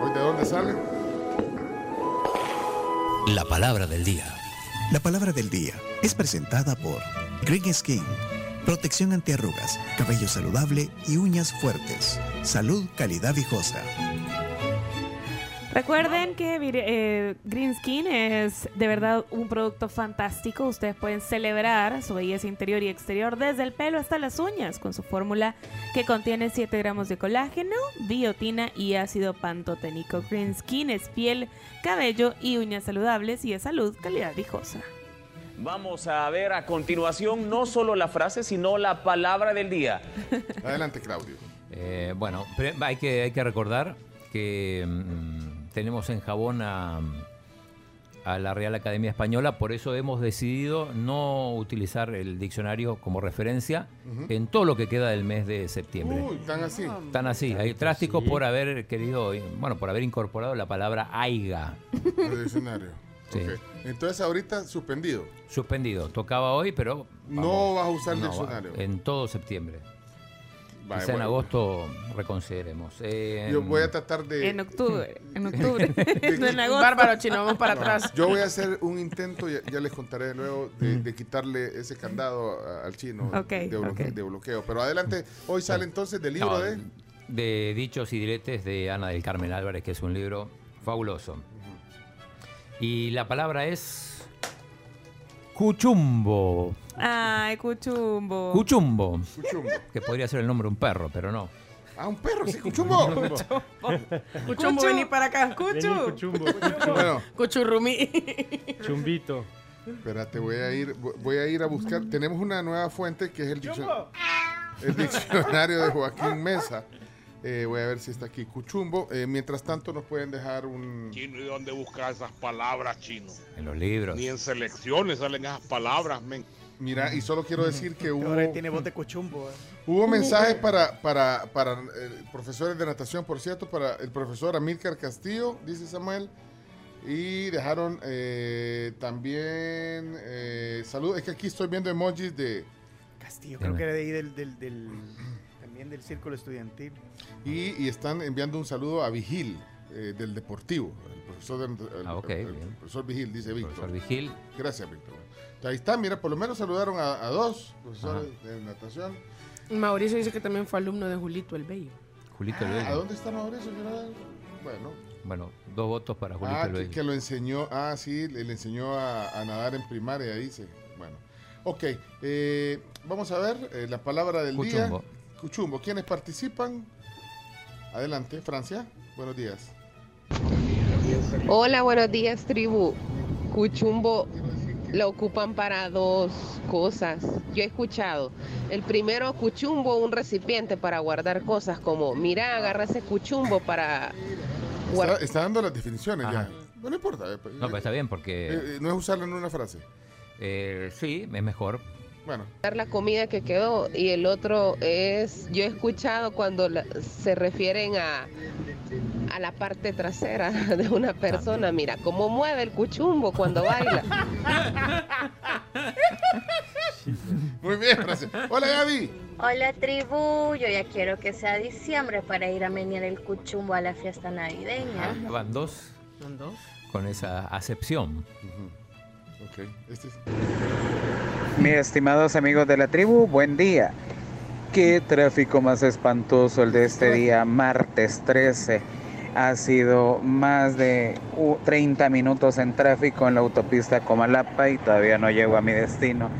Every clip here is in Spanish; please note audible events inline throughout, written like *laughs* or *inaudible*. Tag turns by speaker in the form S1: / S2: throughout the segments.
S1: Pues, dónde sale?
S2: La palabra del día.
S3: La palabra del día es presentada por Green Skin. Protección ante arrugas, cabello saludable y uñas fuertes. Salud, calidad viejosa.
S4: Recuerden que eh, Green Skin es de verdad un producto fantástico. Ustedes pueden celebrar su belleza interior y exterior desde el pelo hasta las uñas con su fórmula que contiene 7 gramos de colágeno, biotina y ácido pantoténico. Green Skin es piel, cabello y uñas saludables y es salud, calidad viejosa.
S5: Vamos a ver a continuación no solo la frase, sino la palabra del día.
S1: Adelante, Claudio.
S6: Eh, bueno, hay que, hay que recordar que mmm, tenemos en jabón a, a, la Real Academia Española, por eso hemos decidido no utilizar el diccionario como referencia uh -huh. en todo lo que queda del mes de septiembre.
S1: Uy, tan así.
S6: Tan así. Hay trásticos por haber querido, bueno, por haber incorporado la palabra aiga.
S1: El diccionario. Sí. Okay. Entonces ahorita suspendido.
S6: Suspendido. Tocaba hoy, pero...
S1: Vamos, no vas a usar el no, diccionario.
S6: En todo septiembre. Vale, Eh, Quizá bueno. en agosto reconsideremos.
S1: Eh, yo voy a tratar de...
S4: En octubre. En
S7: *laughs*
S4: octubre.
S7: de, no en agosto. eh. Bárbaro, chino, vamos para no, atrás.
S1: Ah. Yo voy a hacer un intento, ya, ya les contaré luego, de, de, quitarle ese candado a, al chino
S4: okay,
S1: de, bloque,
S4: okay.
S1: de, bloqueo. Pero adelante, hoy sale entonces del libro de...
S6: De Dichos y Diretes de Ana del Carmen Álvarez, que es un libro fabuloso. Y la palabra es cuchumbo.
S4: Ay,
S1: *laughs*
S4: cuchumbo.
S6: Cuchumbo.
S1: Cuchumbo.
S6: Que podría ser el nombre de un perro, pero no.
S1: Ah, un perro, sí, cuchumbo.
S7: cuchumbo, cuchumbo vení para acá. Cuchu.
S8: Vení, cuchumbo. cuchumbo.
S7: Bueno. Cuchurrumí.
S8: Chumbito.
S1: Espérate, voy a ir, voy a ir a buscar. Tenemos una nueva fuente que es el, diccionario, el diccionario de Joaquín Mesa. Eh, voy a ver si está aquí Cuchumbo. Eh, mientras tanto, nos pueden dejar un.
S9: Chino, ¿y dónde buscar esas palabras, chino?
S6: En los libros.
S9: Ni en selecciones salen esas palabras, men.
S1: Mira, y solo quiero decir que hubo.
S8: Ahora tiene voz de Cuchumbo. Eh.
S1: Hubo mensajes para, para, para eh, profesores de natación, por cierto, para el profesor Amílcar Castillo, dice Samuel. Y dejaron eh, también. eh, salud. Es que aquí estoy viendo emojis de.
S8: Castillo, creo que era de ahí del... del, del del círculo estudiantil.
S1: Y, y, están enviando un saludo a Vigil, eh, del Deportivo. El profesor, de, el,
S6: ah, okay,
S1: el, el profesor Vigil, dice Víctor.
S6: Profesor Vigil.
S1: Gracias, Víctor. Ahí está, mira, por lo menos saludaron a, a dos profesores Ajá. de natación.
S7: Mauricio dice que también fue alumno de Julito el Bello.
S6: Julito el Bello.
S1: Ah, ¿A dónde está Mauricio? Bueno.
S6: Bueno, dos votos para Julito
S1: ah,
S6: el Bello.
S1: Que, que lo enseñó, ah, sí, le, le enseñó a, a nadar en primaria, dice. Bueno. Ok, eh, vamos a ver eh, la palabra del
S6: Cuchumbo.
S1: día. Cuchumbo, ¿quiénes participan? Adelante, Francia, buenos días.
S10: Hola, buenos días, tribu. Cuchumbo lo ocupan para dos cosas. Yo he escuchado. El primero, cuchumbo, un recipiente para guardar cosas como, mira, agarra ese cuchumbo para...
S1: Está, está dando las definiciones Ajá. ya. No, no importa. Eh,
S6: no, pero está bien porque...
S1: Eh, no es usarlo en una frase.
S6: Eh, sí, es mejor,
S1: bueno. *laughs*
S10: La comida que quedó y el otro es, yo he escuchado cuando la, se refieren a, a la parte trasera *laughs* de una persona, mira cómo mueve el cuchumbo cuando
S7: *laughs*
S10: baila.
S1: Muy bien, gracias. Hola Gaby.
S11: Hola tribu, yo ya quiero que sea diciembre para ir a menear el cuchumbo a la fiesta navideña.
S6: Ah, van dos.
S7: Van dos.
S6: Con esa acepción. *laughs*
S1: Uh -huh. okay. este es...
S12: Mis estimados amigos de la tribu, buen día. Qué tráfico más espantoso el de este día, martes 13. Ha sido más de 30 minutos en tráfico en la autopista Comalapa y todavía no llego a mi destino.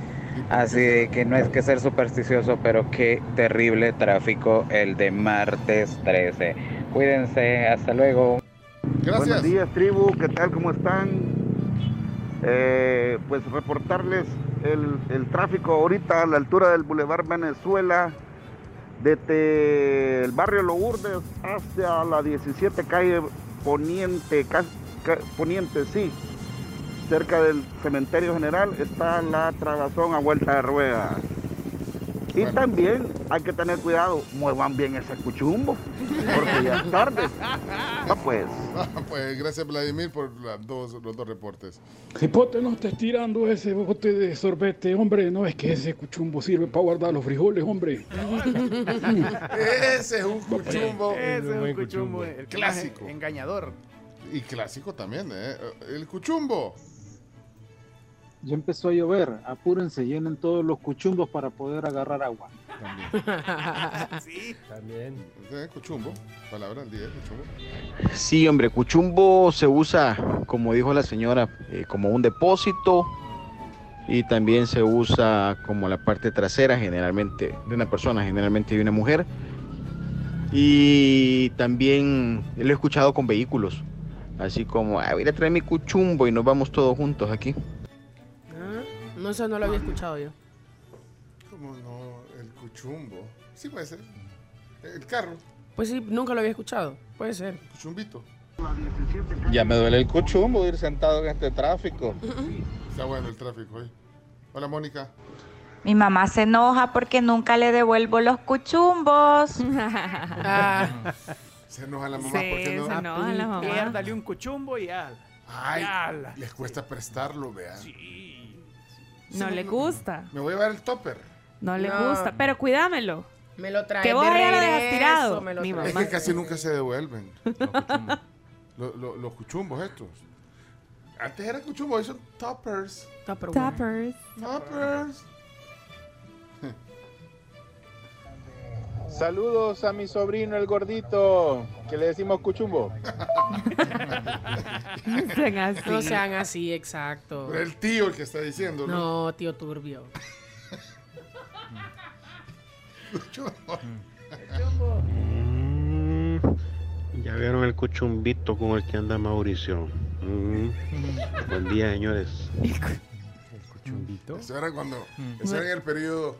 S12: Así de que no es que ser supersticioso, pero qué terrible tráfico el de martes 13. Cuídense, hasta luego.
S1: Gracias. *laughs*
S13: Buenos días, tribu. ¿Qué tal? ¿Cómo están? Eh, pues reportarles el, el, tráfico ahorita a la altura del Boulevard Venezuela, desde el barrio Lourdes hacia la 17 calle Poniente, ca, ca, Poniente, sí, cerca del Cementerio General, está la trabazón a vuelta de rueda. Y también hay que tener cuidado, muevan bien ese cuchumbo, porque ya es tarde. Ah, pues.
S1: pues gracias Vladimir por las dos, los dos reportes.
S14: Cipote, no estés tirando ese bote de sorbete, hombre. No es que ese cuchumbo sirve para guardar los frijoles, hombre.
S1: Ese es un cuchumbo.
S8: Ese es
S1: Un
S8: un
S1: buen
S8: cuchumbo.
S1: cuchumbo.
S8: El
S1: Clásico.
S8: clásico. Engañador.
S1: Y clásico también, ¿eh? El cuchumbo.
S15: Ya empezó a llover, apúrense, llenen todos los cuchumbos para poder agarrar agua.
S1: sí. También. ¿Eh? Cuchumbo. Palabra del día, cuchumbo.
S16: Sí, hombre, cuchumbo se usa, como dijo la señora, eh, como un depósito y también se usa como la parte trasera generalmente de una persona, generalmente de una mujer. Y también lo he escuchado con vehículos, así como, ah, voy a ir a traer mi cuchumbo y nos vamos todos juntos aquí.
S7: Ah, No sé, no lo había escuchado yo.
S1: ¿Cómo no? El cuchumbo. Sí puede ser. El carro.
S7: Pues sí, nunca lo había escuchado. Puede *laughs* ser.
S1: Cuchumbito.
S17: Ya me duele el cuchumbo ir sentado en este tráfico.
S1: Está bueno el tráfico hoy. Hola, Mónica.
S18: Mi mamá se enoja porque nunca le devuelvo los
S1: *laughs*
S18: cuchumbos.
S7: Ah,
S1: Se enoja la mamá
S18: Sí,
S1: porque no.
S18: se enoja la mamá.
S8: Piérdale un cuchumbo y ya.
S1: Ay,
S8: Ya.
S1: les cuesta prestarlo, vean.
S4: No le gusta.
S1: Me voy a llevar el topper.
S4: No le
S1: No.
S4: gusta. Pero cuidámelo.
S7: Me lo traes
S4: Que vos
S7: de
S4: allá lo dejas
S7: regreso,
S4: tirado.
S7: me lo
S4: Mi
S1: Es
S4: mamá.
S1: que casi nunca
S18: *laughs*
S1: se devuelven. Los, lo- los cuchumbos estos. Antes eran cuchumbos, hoy son toppers.
S4: Tappers.
S1: Toppers.
S17: Saludos a mi sobrino el gordito, que le decimos cuchumbo.
S7: No sean así, exacto.
S1: Pero el tío el que está diciendo, ¿no?
S7: No, tío turbio.
S19: Mm, Ya vieron el cuchumbito con el que anda Mauricio. Mm. Buen día, señores.
S1: Eso era cuando.
S18: Mm.
S1: Eso era en el periodo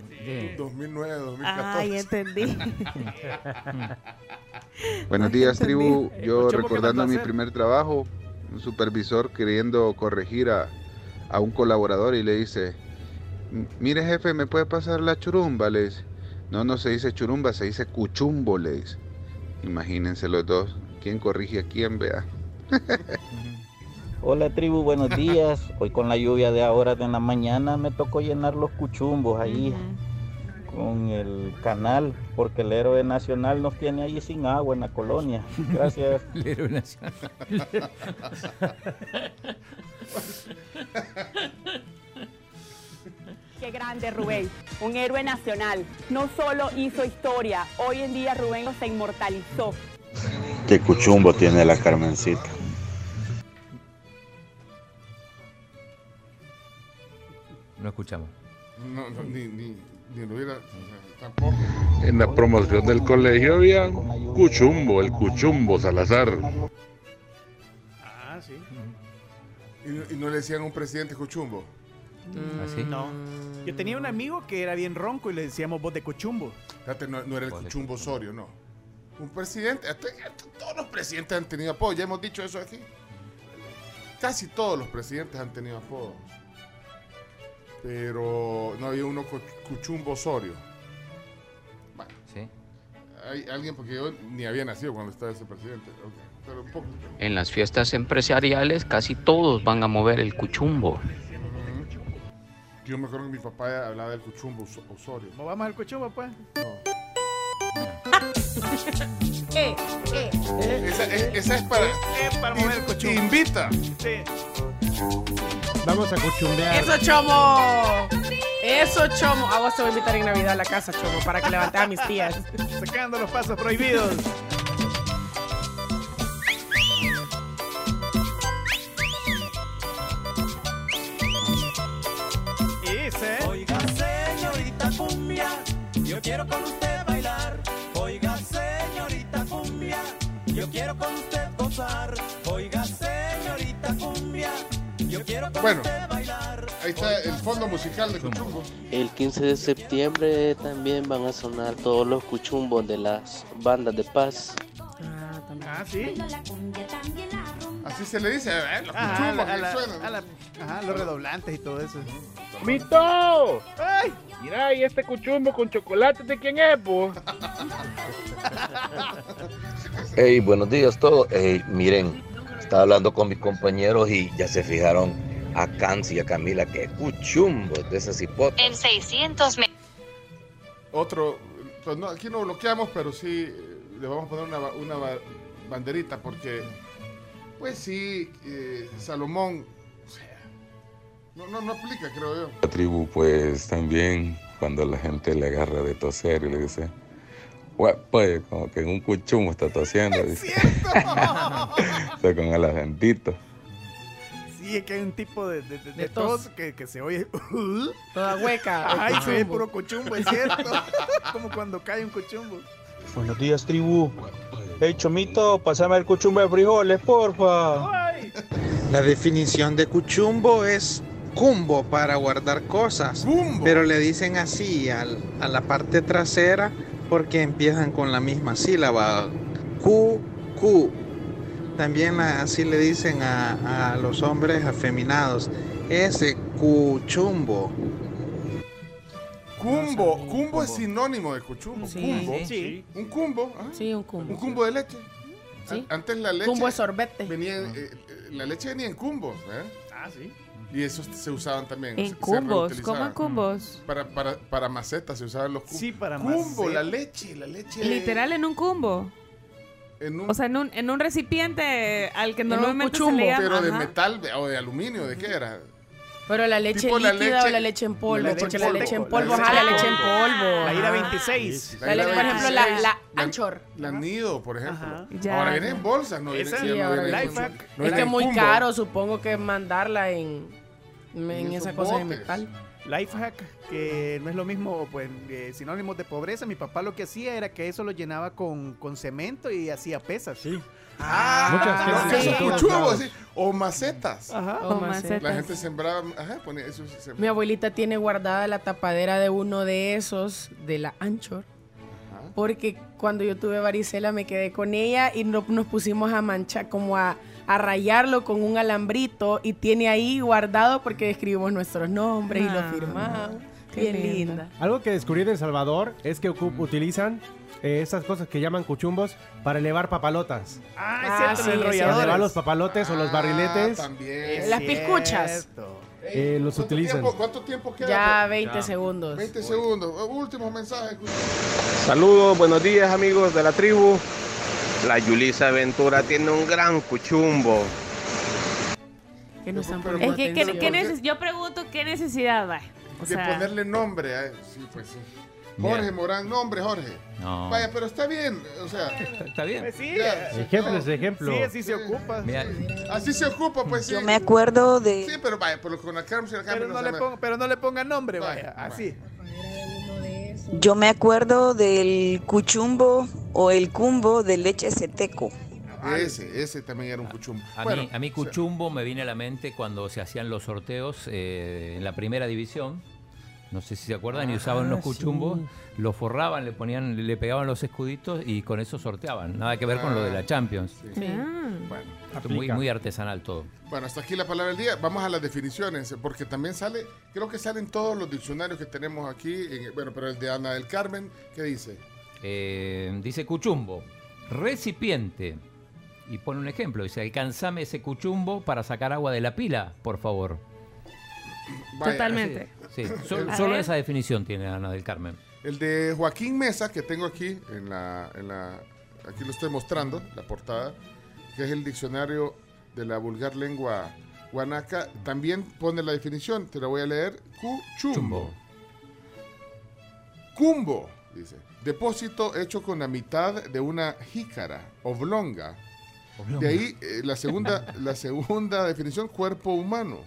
S1: 2009-2014.
S4: Ay,
S18: este-
S4: entendí.
S20: *laughs* Buenos días, tribu. Yo
S4: Escuchemos qué
S20: recordando
S4: mando a
S20: mi
S4: hacer.
S20: primer trabajo, un supervisor queriendo corregir a, a un colaborador y le dice, "M- mire jefe, ¿me puede pasar la churumba? Le dice, no, no se dice churumba, se dice cuchumbo, le dice. Imagínense los dos, ¿quién corrige a quién, vea?
S21: Hola tribu, buenos días. Hoy con la lluvia de ahora de la mañana me tocó llenar los cuchumbos ahí con el canal, porque el héroe nacional nos tiene ahí sin agua en la colonia. Gracias.
S6: El héroe nacional.
S22: Qué grande Rubén, un héroe nacional. No solo hizo historia, hoy en día Rubén se inmortalizó.
S23: Qué Este cuchumbo tiene la Carmencita.
S6: No escuchamos.
S1: No, no, ni, ni, ni lo hubiera. Tampoco.
S24: En la promoción del colegio había cuchumbo, el cuchumbo Salazar.
S8: Ah, sí.
S1: ¿Y, y no le decían un presidente cuchumbo?
S6: ¿Ah,
S8: ¿Así? No. Yo tenía un amigo que era bien ronco y le decíamos voz de cochumbo.
S1: Espérate, no, no era el cuchumbo Osorio, no. Un presidente. este- este- todos los presidentes han tenido apodo. Ya hemos dicho eso aquí. Casi todos los presidentes han tenido apodos. Pero no había uno co- cuchumbo Osorio. Bueno.
S6: Sí.
S1: Hay alguien, porque yo ni había nacido cuando estaba ese presidente. ok, Pero un poco.
S25: En las fiestas empresariales casi todos van a mover el cuchumbo.
S1: Yo me acuerdo que mi papá hablaba del cuchumbo Oso- Osorio.
S8: ¿No vamos al cochumbo, pues?
S22: Eh, eh.
S1: Esa, es- esa es para.
S8: para mover el cochumbo.
S1: Te invita.
S8: Sí.
S26: Vamos a cuchumbear.
S7: ¡Eso, chomo! ¡Eso, chomo! A vos te voy a invitar en Navidad a la casa, chomo, para que levantes a mis tías.
S8: Sacando los pasos prohibidos.
S27: Oiga, señorita cumbia, yo quiero con usted bailar. Oiga, señorita cumbia, yo quiero con usted gozar. Oiga, señorita cumbia, yo quiero con
S1: Bueno,
S27: usted bailar.
S1: ahí está el fondo musical de Cuchumbo.
S28: El 15 de septiembre también van a sonar todos los cuchumbos de las bandas de paz.
S8: Ah, sí.
S1: Así se le dice, ¿eh? Los
S8: ajá, a
S1: cuchumbos
S8: la- a
S1: que
S8: la-
S1: suenan.
S8: a la- ajá, los redoblantes y todo eso.
S1: ¡Mito!
S8: ¡Ay!
S2: Mira, y este cuchumbo con chocolate, ¿de quién es, vos?
S3: Hey, buenos días todos. Hey, miren, estaba hablando con mis compañeros y ya se fijaron a Cansi y a Camila, que cuchumbo de ese cipote.
S1: En 600 Otro, pues no, aquí no bloqueamos, pero sí eh, le vamos a poner una, ba- una ba- banderita porque, pues sí, eh, Salomón, o sea, no, no, no aplica, creo yo.
S5: La tribu, pues también, cuando la gente le agarra de toser y le dice, "Ua, pues, como que en un cuchumbo está tosiendo. dice. *laughs* o sea, con el acentito.
S8: Sí, es que hay un tipo de, de, de-
S7: De
S8: de tos,
S7: tos.
S8: que, que se oye.
S7: Toda hueca.
S8: Ay, se ve
S7: Cuchumbo.
S8: puro cuchumbo, es cierto. Como cuando cae un cuchumbo.
S26: Buenos días, tribu. Hey, Chomito, pasame el cuchumbo de frijoles, porfa.
S9: La definición de cuchumbo es cumbo para guardar cosas. Pero le dicen así al- a la parte trasera porque empiezan con la misma sílaba. Cu, cu. También la- así le dicen a, a los hombres afeminados. Ese cuchumbo.
S1: Cumbo, cumbo, es sinónimo de cuchumbo.
S7: Sí,
S1: cumbo.
S7: sí. Sí.
S1: Un cumbo. ajá.
S7: Sí, un cumbo.
S1: Un cumbo de leche.
S7: Sí.
S1: A- Antes la leche.
S7: Cumbo de sorbete.
S1: Venía en- eh, eh, la leche venía en cumbos, ¿eh?
S8: Ah, sí.
S1: Y esos se usaban también.
S4: En
S1: se- se
S4: cumbos,
S1: reutilizaban.
S4: coman cumbos.
S1: Para, para, para macetas se usaban los cumbos.
S8: Sí, para
S1: Cumbo,
S8: maceta.
S1: la leche, la leche.
S4: Literal en un cumbo.
S1: En un,
S4: O sea, en un, en un recipiente al que
S1: en
S4: normalmente se le llama,
S1: Pero de
S4: ajá.
S1: metal de- o de aluminio, ¿de qué era?
S7: Pero la leche
S1: Tipo la
S7: líquida o
S1: leche-
S7: la leche en polvo.
S1: la leche
S7: porque
S1: en
S7: la
S1: polvo.
S7: leche en
S1: La
S7: polvo,
S1: leche
S7: ajá, la
S1: en
S7: leche en
S1: polvo.
S7: polvo.
S1: La ira
S7: ajá.
S1: 26.
S7: La leche, por ejemplo, la, la Anchor.
S1: La nido, por ejemplo.
S7: Ya.
S1: Ahora vienen en bolsas, no vienen
S7: Esa-
S1: sí,
S7: sí,
S1: no
S7: ahora
S1: vienen en
S7: viene.
S1: cuchillo, no
S7: es
S1: vienen
S7: que
S1: en
S7: muy
S1: combo.
S7: caro, supongo que mandarla en, en,
S8: esos
S7: esa cosa de
S8: botes.
S7: metal.
S8: Lifehack, que no es lo mismo, pues eh, sinónimos de pobreza. Mi papá lo que hacía era que eso lo llenaba con, con cemento y hacía pesas. Sí.
S1: Ah,
S8: Muchas
S1: los
S8: pesas
S1: que
S8: en
S1: son
S8: todos
S1: cuchubos,
S8: lados.
S1: sí. O macetas.
S8: Ajá.
S7: O macetas.
S1: La gente sembraba, ajá, ponía eso. se-
S7: Mi abuelita tiene guardada la tapadera de uno de esos, de la Anchor. Porque cuando yo tuve varicela me quedé con ella y no- nos pusimos a manchar, como a, a rayarlo con un alambrito y tiene ahí guardado porque escribimos nuestros nombres y lo firmamos.
S26: qué
S7: Bien
S26: lindo.
S7: Ah, linda.
S26: Algo que descubrí de El Salvador es que ocup- utilizan eh, esas cosas que llaman cuchumbos para elevar papalotas.
S7: Ah,
S26: Para elevar los papalotes o los barriletes.
S1: Ah, También.
S7: Las piscuchas.
S26: eh, los utilizan.
S1: ¿Tiempo? ¿Cuánto tiempo queda?
S7: Ya
S1: Por-
S7: 20 segundos.
S1: 20
S8: pues,
S1: segundos. Uh, Último mensaje.
S10: Saludos, buenos días amigos de la tribu. La Yulisa Ventura tiene un gran cuchumbo.
S7: Que no están
S4: Es
S7: poniendo
S4: que, ¿qué-
S7: atención.
S4: qué neces- yo pregunto qué necesidad va. O
S1: de
S4: sea,
S1: ponerle nombre a Sí, pues sí.
S6: Bien.
S1: Jorge Morán, nombre, Jorge.
S6: No.
S1: Vaya, pero está bien,
S8: *laughs*
S1: o sea.
S6: Está bien.
S1: Pues sí.
S6: Ejemplos, ejemplos.
S1: Sí, así se ocupa.
S6: Mira,
S1: Así se ocupa, pues sí.
S18: Yo me acuerdo de-
S1: Sí, pero vaya, pero con la Carmen se la
S8: Pero no, le ponga, pero no le ponga nombre, vaya. Así.
S18: Yo me acuerdo del cuchumbo o el cumbo de leche seteco.
S1: Ese, ese también era un cuchumbo.
S6: A,
S1: Bueno,
S6: mí, a mí
S1: o sea,
S6: Cuchumbo me viene a la mente cuando se hacían los sorteos eh, en la primera división. No sé si se acuerdan, y usaban
S26: Ah,
S6: los
S26: sí.
S6: cuchumbos, los forraban, le ponían, le pegaban los escuditos y con eso sorteaban. Nada que ver con lo de la Champions.
S1: Ah, Sí. Ah.
S6: Bueno,
S1: Bueno.
S6: muy,
S1: Aplica.
S6: muy artesanal todo.
S1: Bueno, hasta aquí la palabra del día. Vamos a las definiciones, porque también sale, creo que salen todos los diccionarios que tenemos aquí. en- bueno, pero el de Ana del Carmen, ¿qué dice?
S6: Eh, dice Cuchumbo, recipiente. Y pone un ejemplo, dice, alcanzame ese cuchumbo para sacar agua de la pila, por favor.
S1: Vaya,
S4: Totalmente.
S6: Sí, sol-
S1: A
S6: solo
S1: ver.
S6: esa definición tiene Ana del Carmen.
S1: El de Joaquín Mesa, que tengo aquí en la, en la- Aquí lo estoy mostrando, la portada, que es el diccionario de la vulgar lengua guanaca. También pone la definición, te la voy a leer. Cuchumbo. Cumbo, dice. Depósito hecho con la mitad de una jícara oblonga.
S6: Oblonga.
S1: De ahí eh, la, segunda, la segunda definición, cuerpo humano.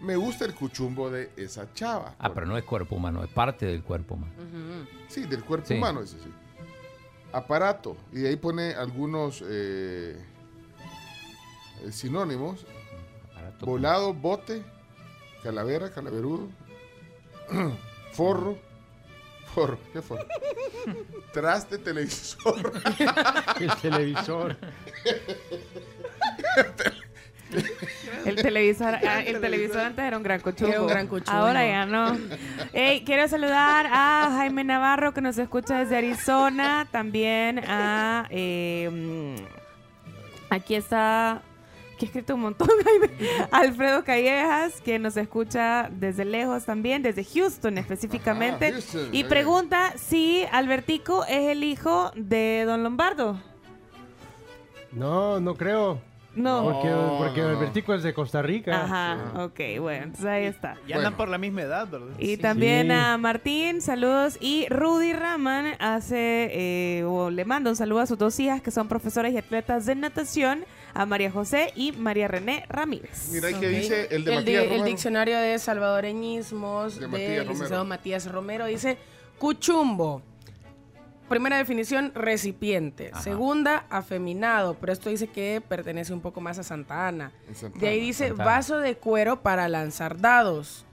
S1: Me gusta el cuchumbo de esa chava.
S6: Ah, pero no es cuerpo humano, es parte del cuerpo humano.
S1: Sí, del cuerpo
S6: Sí.
S1: humano, dice, sí. Aparato. Y ahí pone algunos eh, eh, sinónimos. Volado, bote, calavera, calaverudo, *clears throat* forro, forro, ¿qué
S8: *laughs*
S1: forro? Traste, televisor. *laughs*
S26: El televisor.
S4: El televisor, ah, *laughs* el televisor antes era un gran cuchumbo.
S7: Era un gran cuchumbo.
S4: Ahora ya no. Ey, quiero saludar a Jaime Navarro que nos escucha desde Arizona. También a. eh, mm, aquí está. Que he escrito un montón, *laughs* Jaime. Alfredo Callejas, que nos escucha desde lejos también, desde Houston específicamente.
S11: Ajá, Houston, muy
S4: y
S11: bien.
S4: pregunta si Albertico es el hijo de Don Lombardo.
S26: No, no creo.
S4: No.
S26: Porque,
S4: No,
S26: porque
S4: no.
S26: Albertico es de Costa Rica.
S4: Ajá, ok, bueno, entonces ahí está.
S8: Ya andan por la misma edad, ¿verdad?
S4: Y también
S26: Sí.
S4: a Martín, saludos. Y Rudy Raman hace, eh, o le manda un saludo a sus dos hijas que son profesoras y atletas de natación, a María José y María René Ramírez.
S1: Mira, ¿y qué
S7: Ok.
S1: dice el de
S7: el,
S1: Matías
S7: el
S1: Romero?
S7: diccionario de salvadoreñismos
S1: De
S7: del
S1: Matías Romero.
S7: licenciado Matías Romero dice cuchumbo. Primera definición, recipiente.
S1: Ajá.
S7: Segunda, afeminado. Pero esto dice que pertenece un poco más a Santa Ana.
S1: En Santa
S7: De ahí
S1: Ana.
S7: dice
S1: Santa Ana.
S7: vaso de cuero para lanzar dados.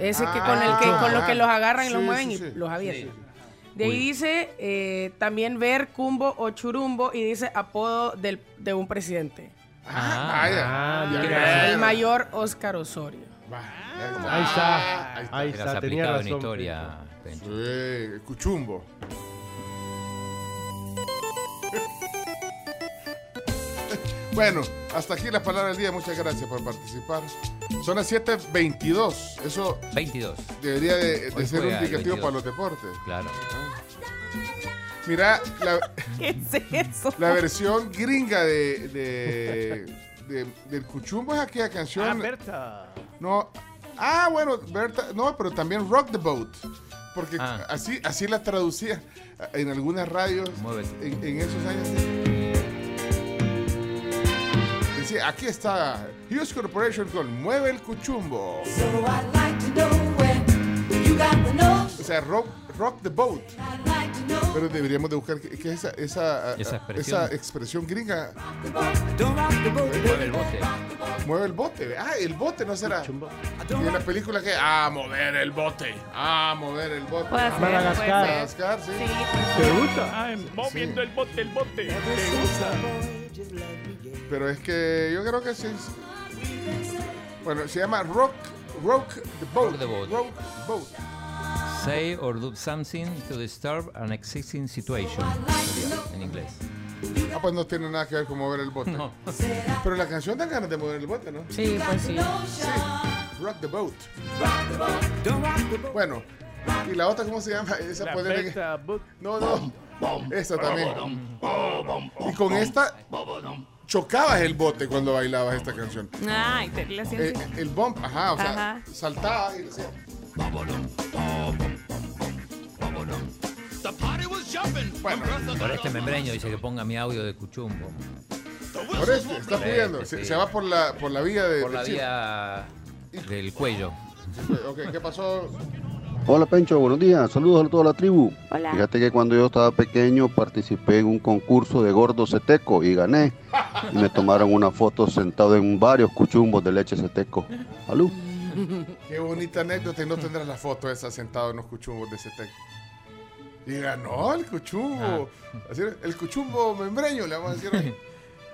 S7: Ese que
S1: Ah,
S7: con el que
S1: cuchumbo.
S7: con lo que los agarran y los
S1: Sí,
S7: mueven
S1: sí,
S7: y
S1: sí.
S7: los
S1: Sí,
S7: abiertan.
S1: sí,
S7: De ahí
S1: Uy.
S7: dice eh, también ver cumbo o churumbo y dice apodo del- de un presidente.
S1: Ah, vaya. Ya
S7: El
S1: gracias.
S7: mayor Oscar Osorio.
S26: Ahí está.
S1: Ahí está.
S26: Ahí
S1: Eras
S26: está. Tenía
S1: aplicado en
S26: razón.
S1: historia, Sí, cuchumbo. *laughs* Bueno, hasta aquí la palabra del día. Muchas gracias por participar. Son las 7.22. Eso
S6: 22.
S1: debería de, de
S6: Hoy
S1: ser un
S6: juega el
S1: indicativo
S6: 22.
S1: para los deportes.
S6: Claro.
S1: Mira, la,
S4: *laughs* ¿Qué es eso?
S1: la versión gringa de, de- de- del cuchumbo es aquella canción.
S8: Ah, Berta.
S1: No. Ah, bueno, Berta. No, pero también Rock the Boat. Porque así, así la traducía en algunas radios en, en esos años. Decía, aquí está Hughes Corporation con Mueve el Cuchumbo. O sea, rock, rock the boat. Pero deberíamos de buscar qué qué es esa, esa,
S6: Esa
S1: a- a-
S6: expresión.
S1: esa expresión gringa.
S6: Mueve el bote.
S1: Mueve el bote. ve. Ah, el bote no será.
S4: Ah,
S1: Y en la película que. Ah, mover el bote. Ah, mover el bote.
S4: Puede
S1: Ah,
S4: ser,
S1: Madagascar.
S4: puede ser.
S1: Madagascar, sí.
S4: ¿Te
S1: gusta?
S2: Ah, moviendo el bote, el bote. ¿Te gusta?
S1: Pero es que yo creo que sí. es- Bueno, se llama Rock, rock the Boat. Rock the Boat.
S6: Say or do something to disturb an existing situation. Sería En inglés.
S1: Ah, pues no tiene nada que ver con mover el bote. Pero la canción da ganas de mover el bote, ¿no?
S7: Sí, pues sí.
S1: Rock the Boat. Bueno, ¿y la otra cómo se llama? Esa
S8: La
S1: puede-
S8: Berta Book.
S1: No, no. Esa también. Y con esta chocabas el bote cuando bailabas esta canción.
S4: Ay, te le hacían
S1: Eh,
S4: así.
S1: el bump, ajá, o sea,
S4: Ajá.
S1: saltabas y le hacías.
S6: Por este membreño dice que ponga mi audio de cuchumbo.
S1: Por eso, estás
S6: Sí,
S1: pidiendo.
S6: sí.
S1: Se, se va por la, por la vía
S26: Eh,
S1: de.
S6: Por la
S1: de Chile.
S6: vía del cuello.
S1: Ok, ¿qué pasó?
S12: Hola Pencho, buenos días. Saludos a toda la tribu.
S4: Hola.
S12: Fíjate que cuando yo estaba pequeño participé en un concurso de gordo seteco y gané. Y me tomaron una foto sentado en varios cuchumbos de leche seteco. Salud.
S1: Qué bonita anécdota y no tendrás la foto esa sentado en los cuchumbos de ese teco. Y ganó el cuchumbo.
S6: Ah.
S1: Así es, el cuchumbo membreño, le vamos a decir.
S6: *laughs*
S1: hoy.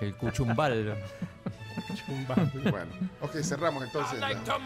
S6: El cuchumbal.
S1: bueno, ok, cerramos entonces. la-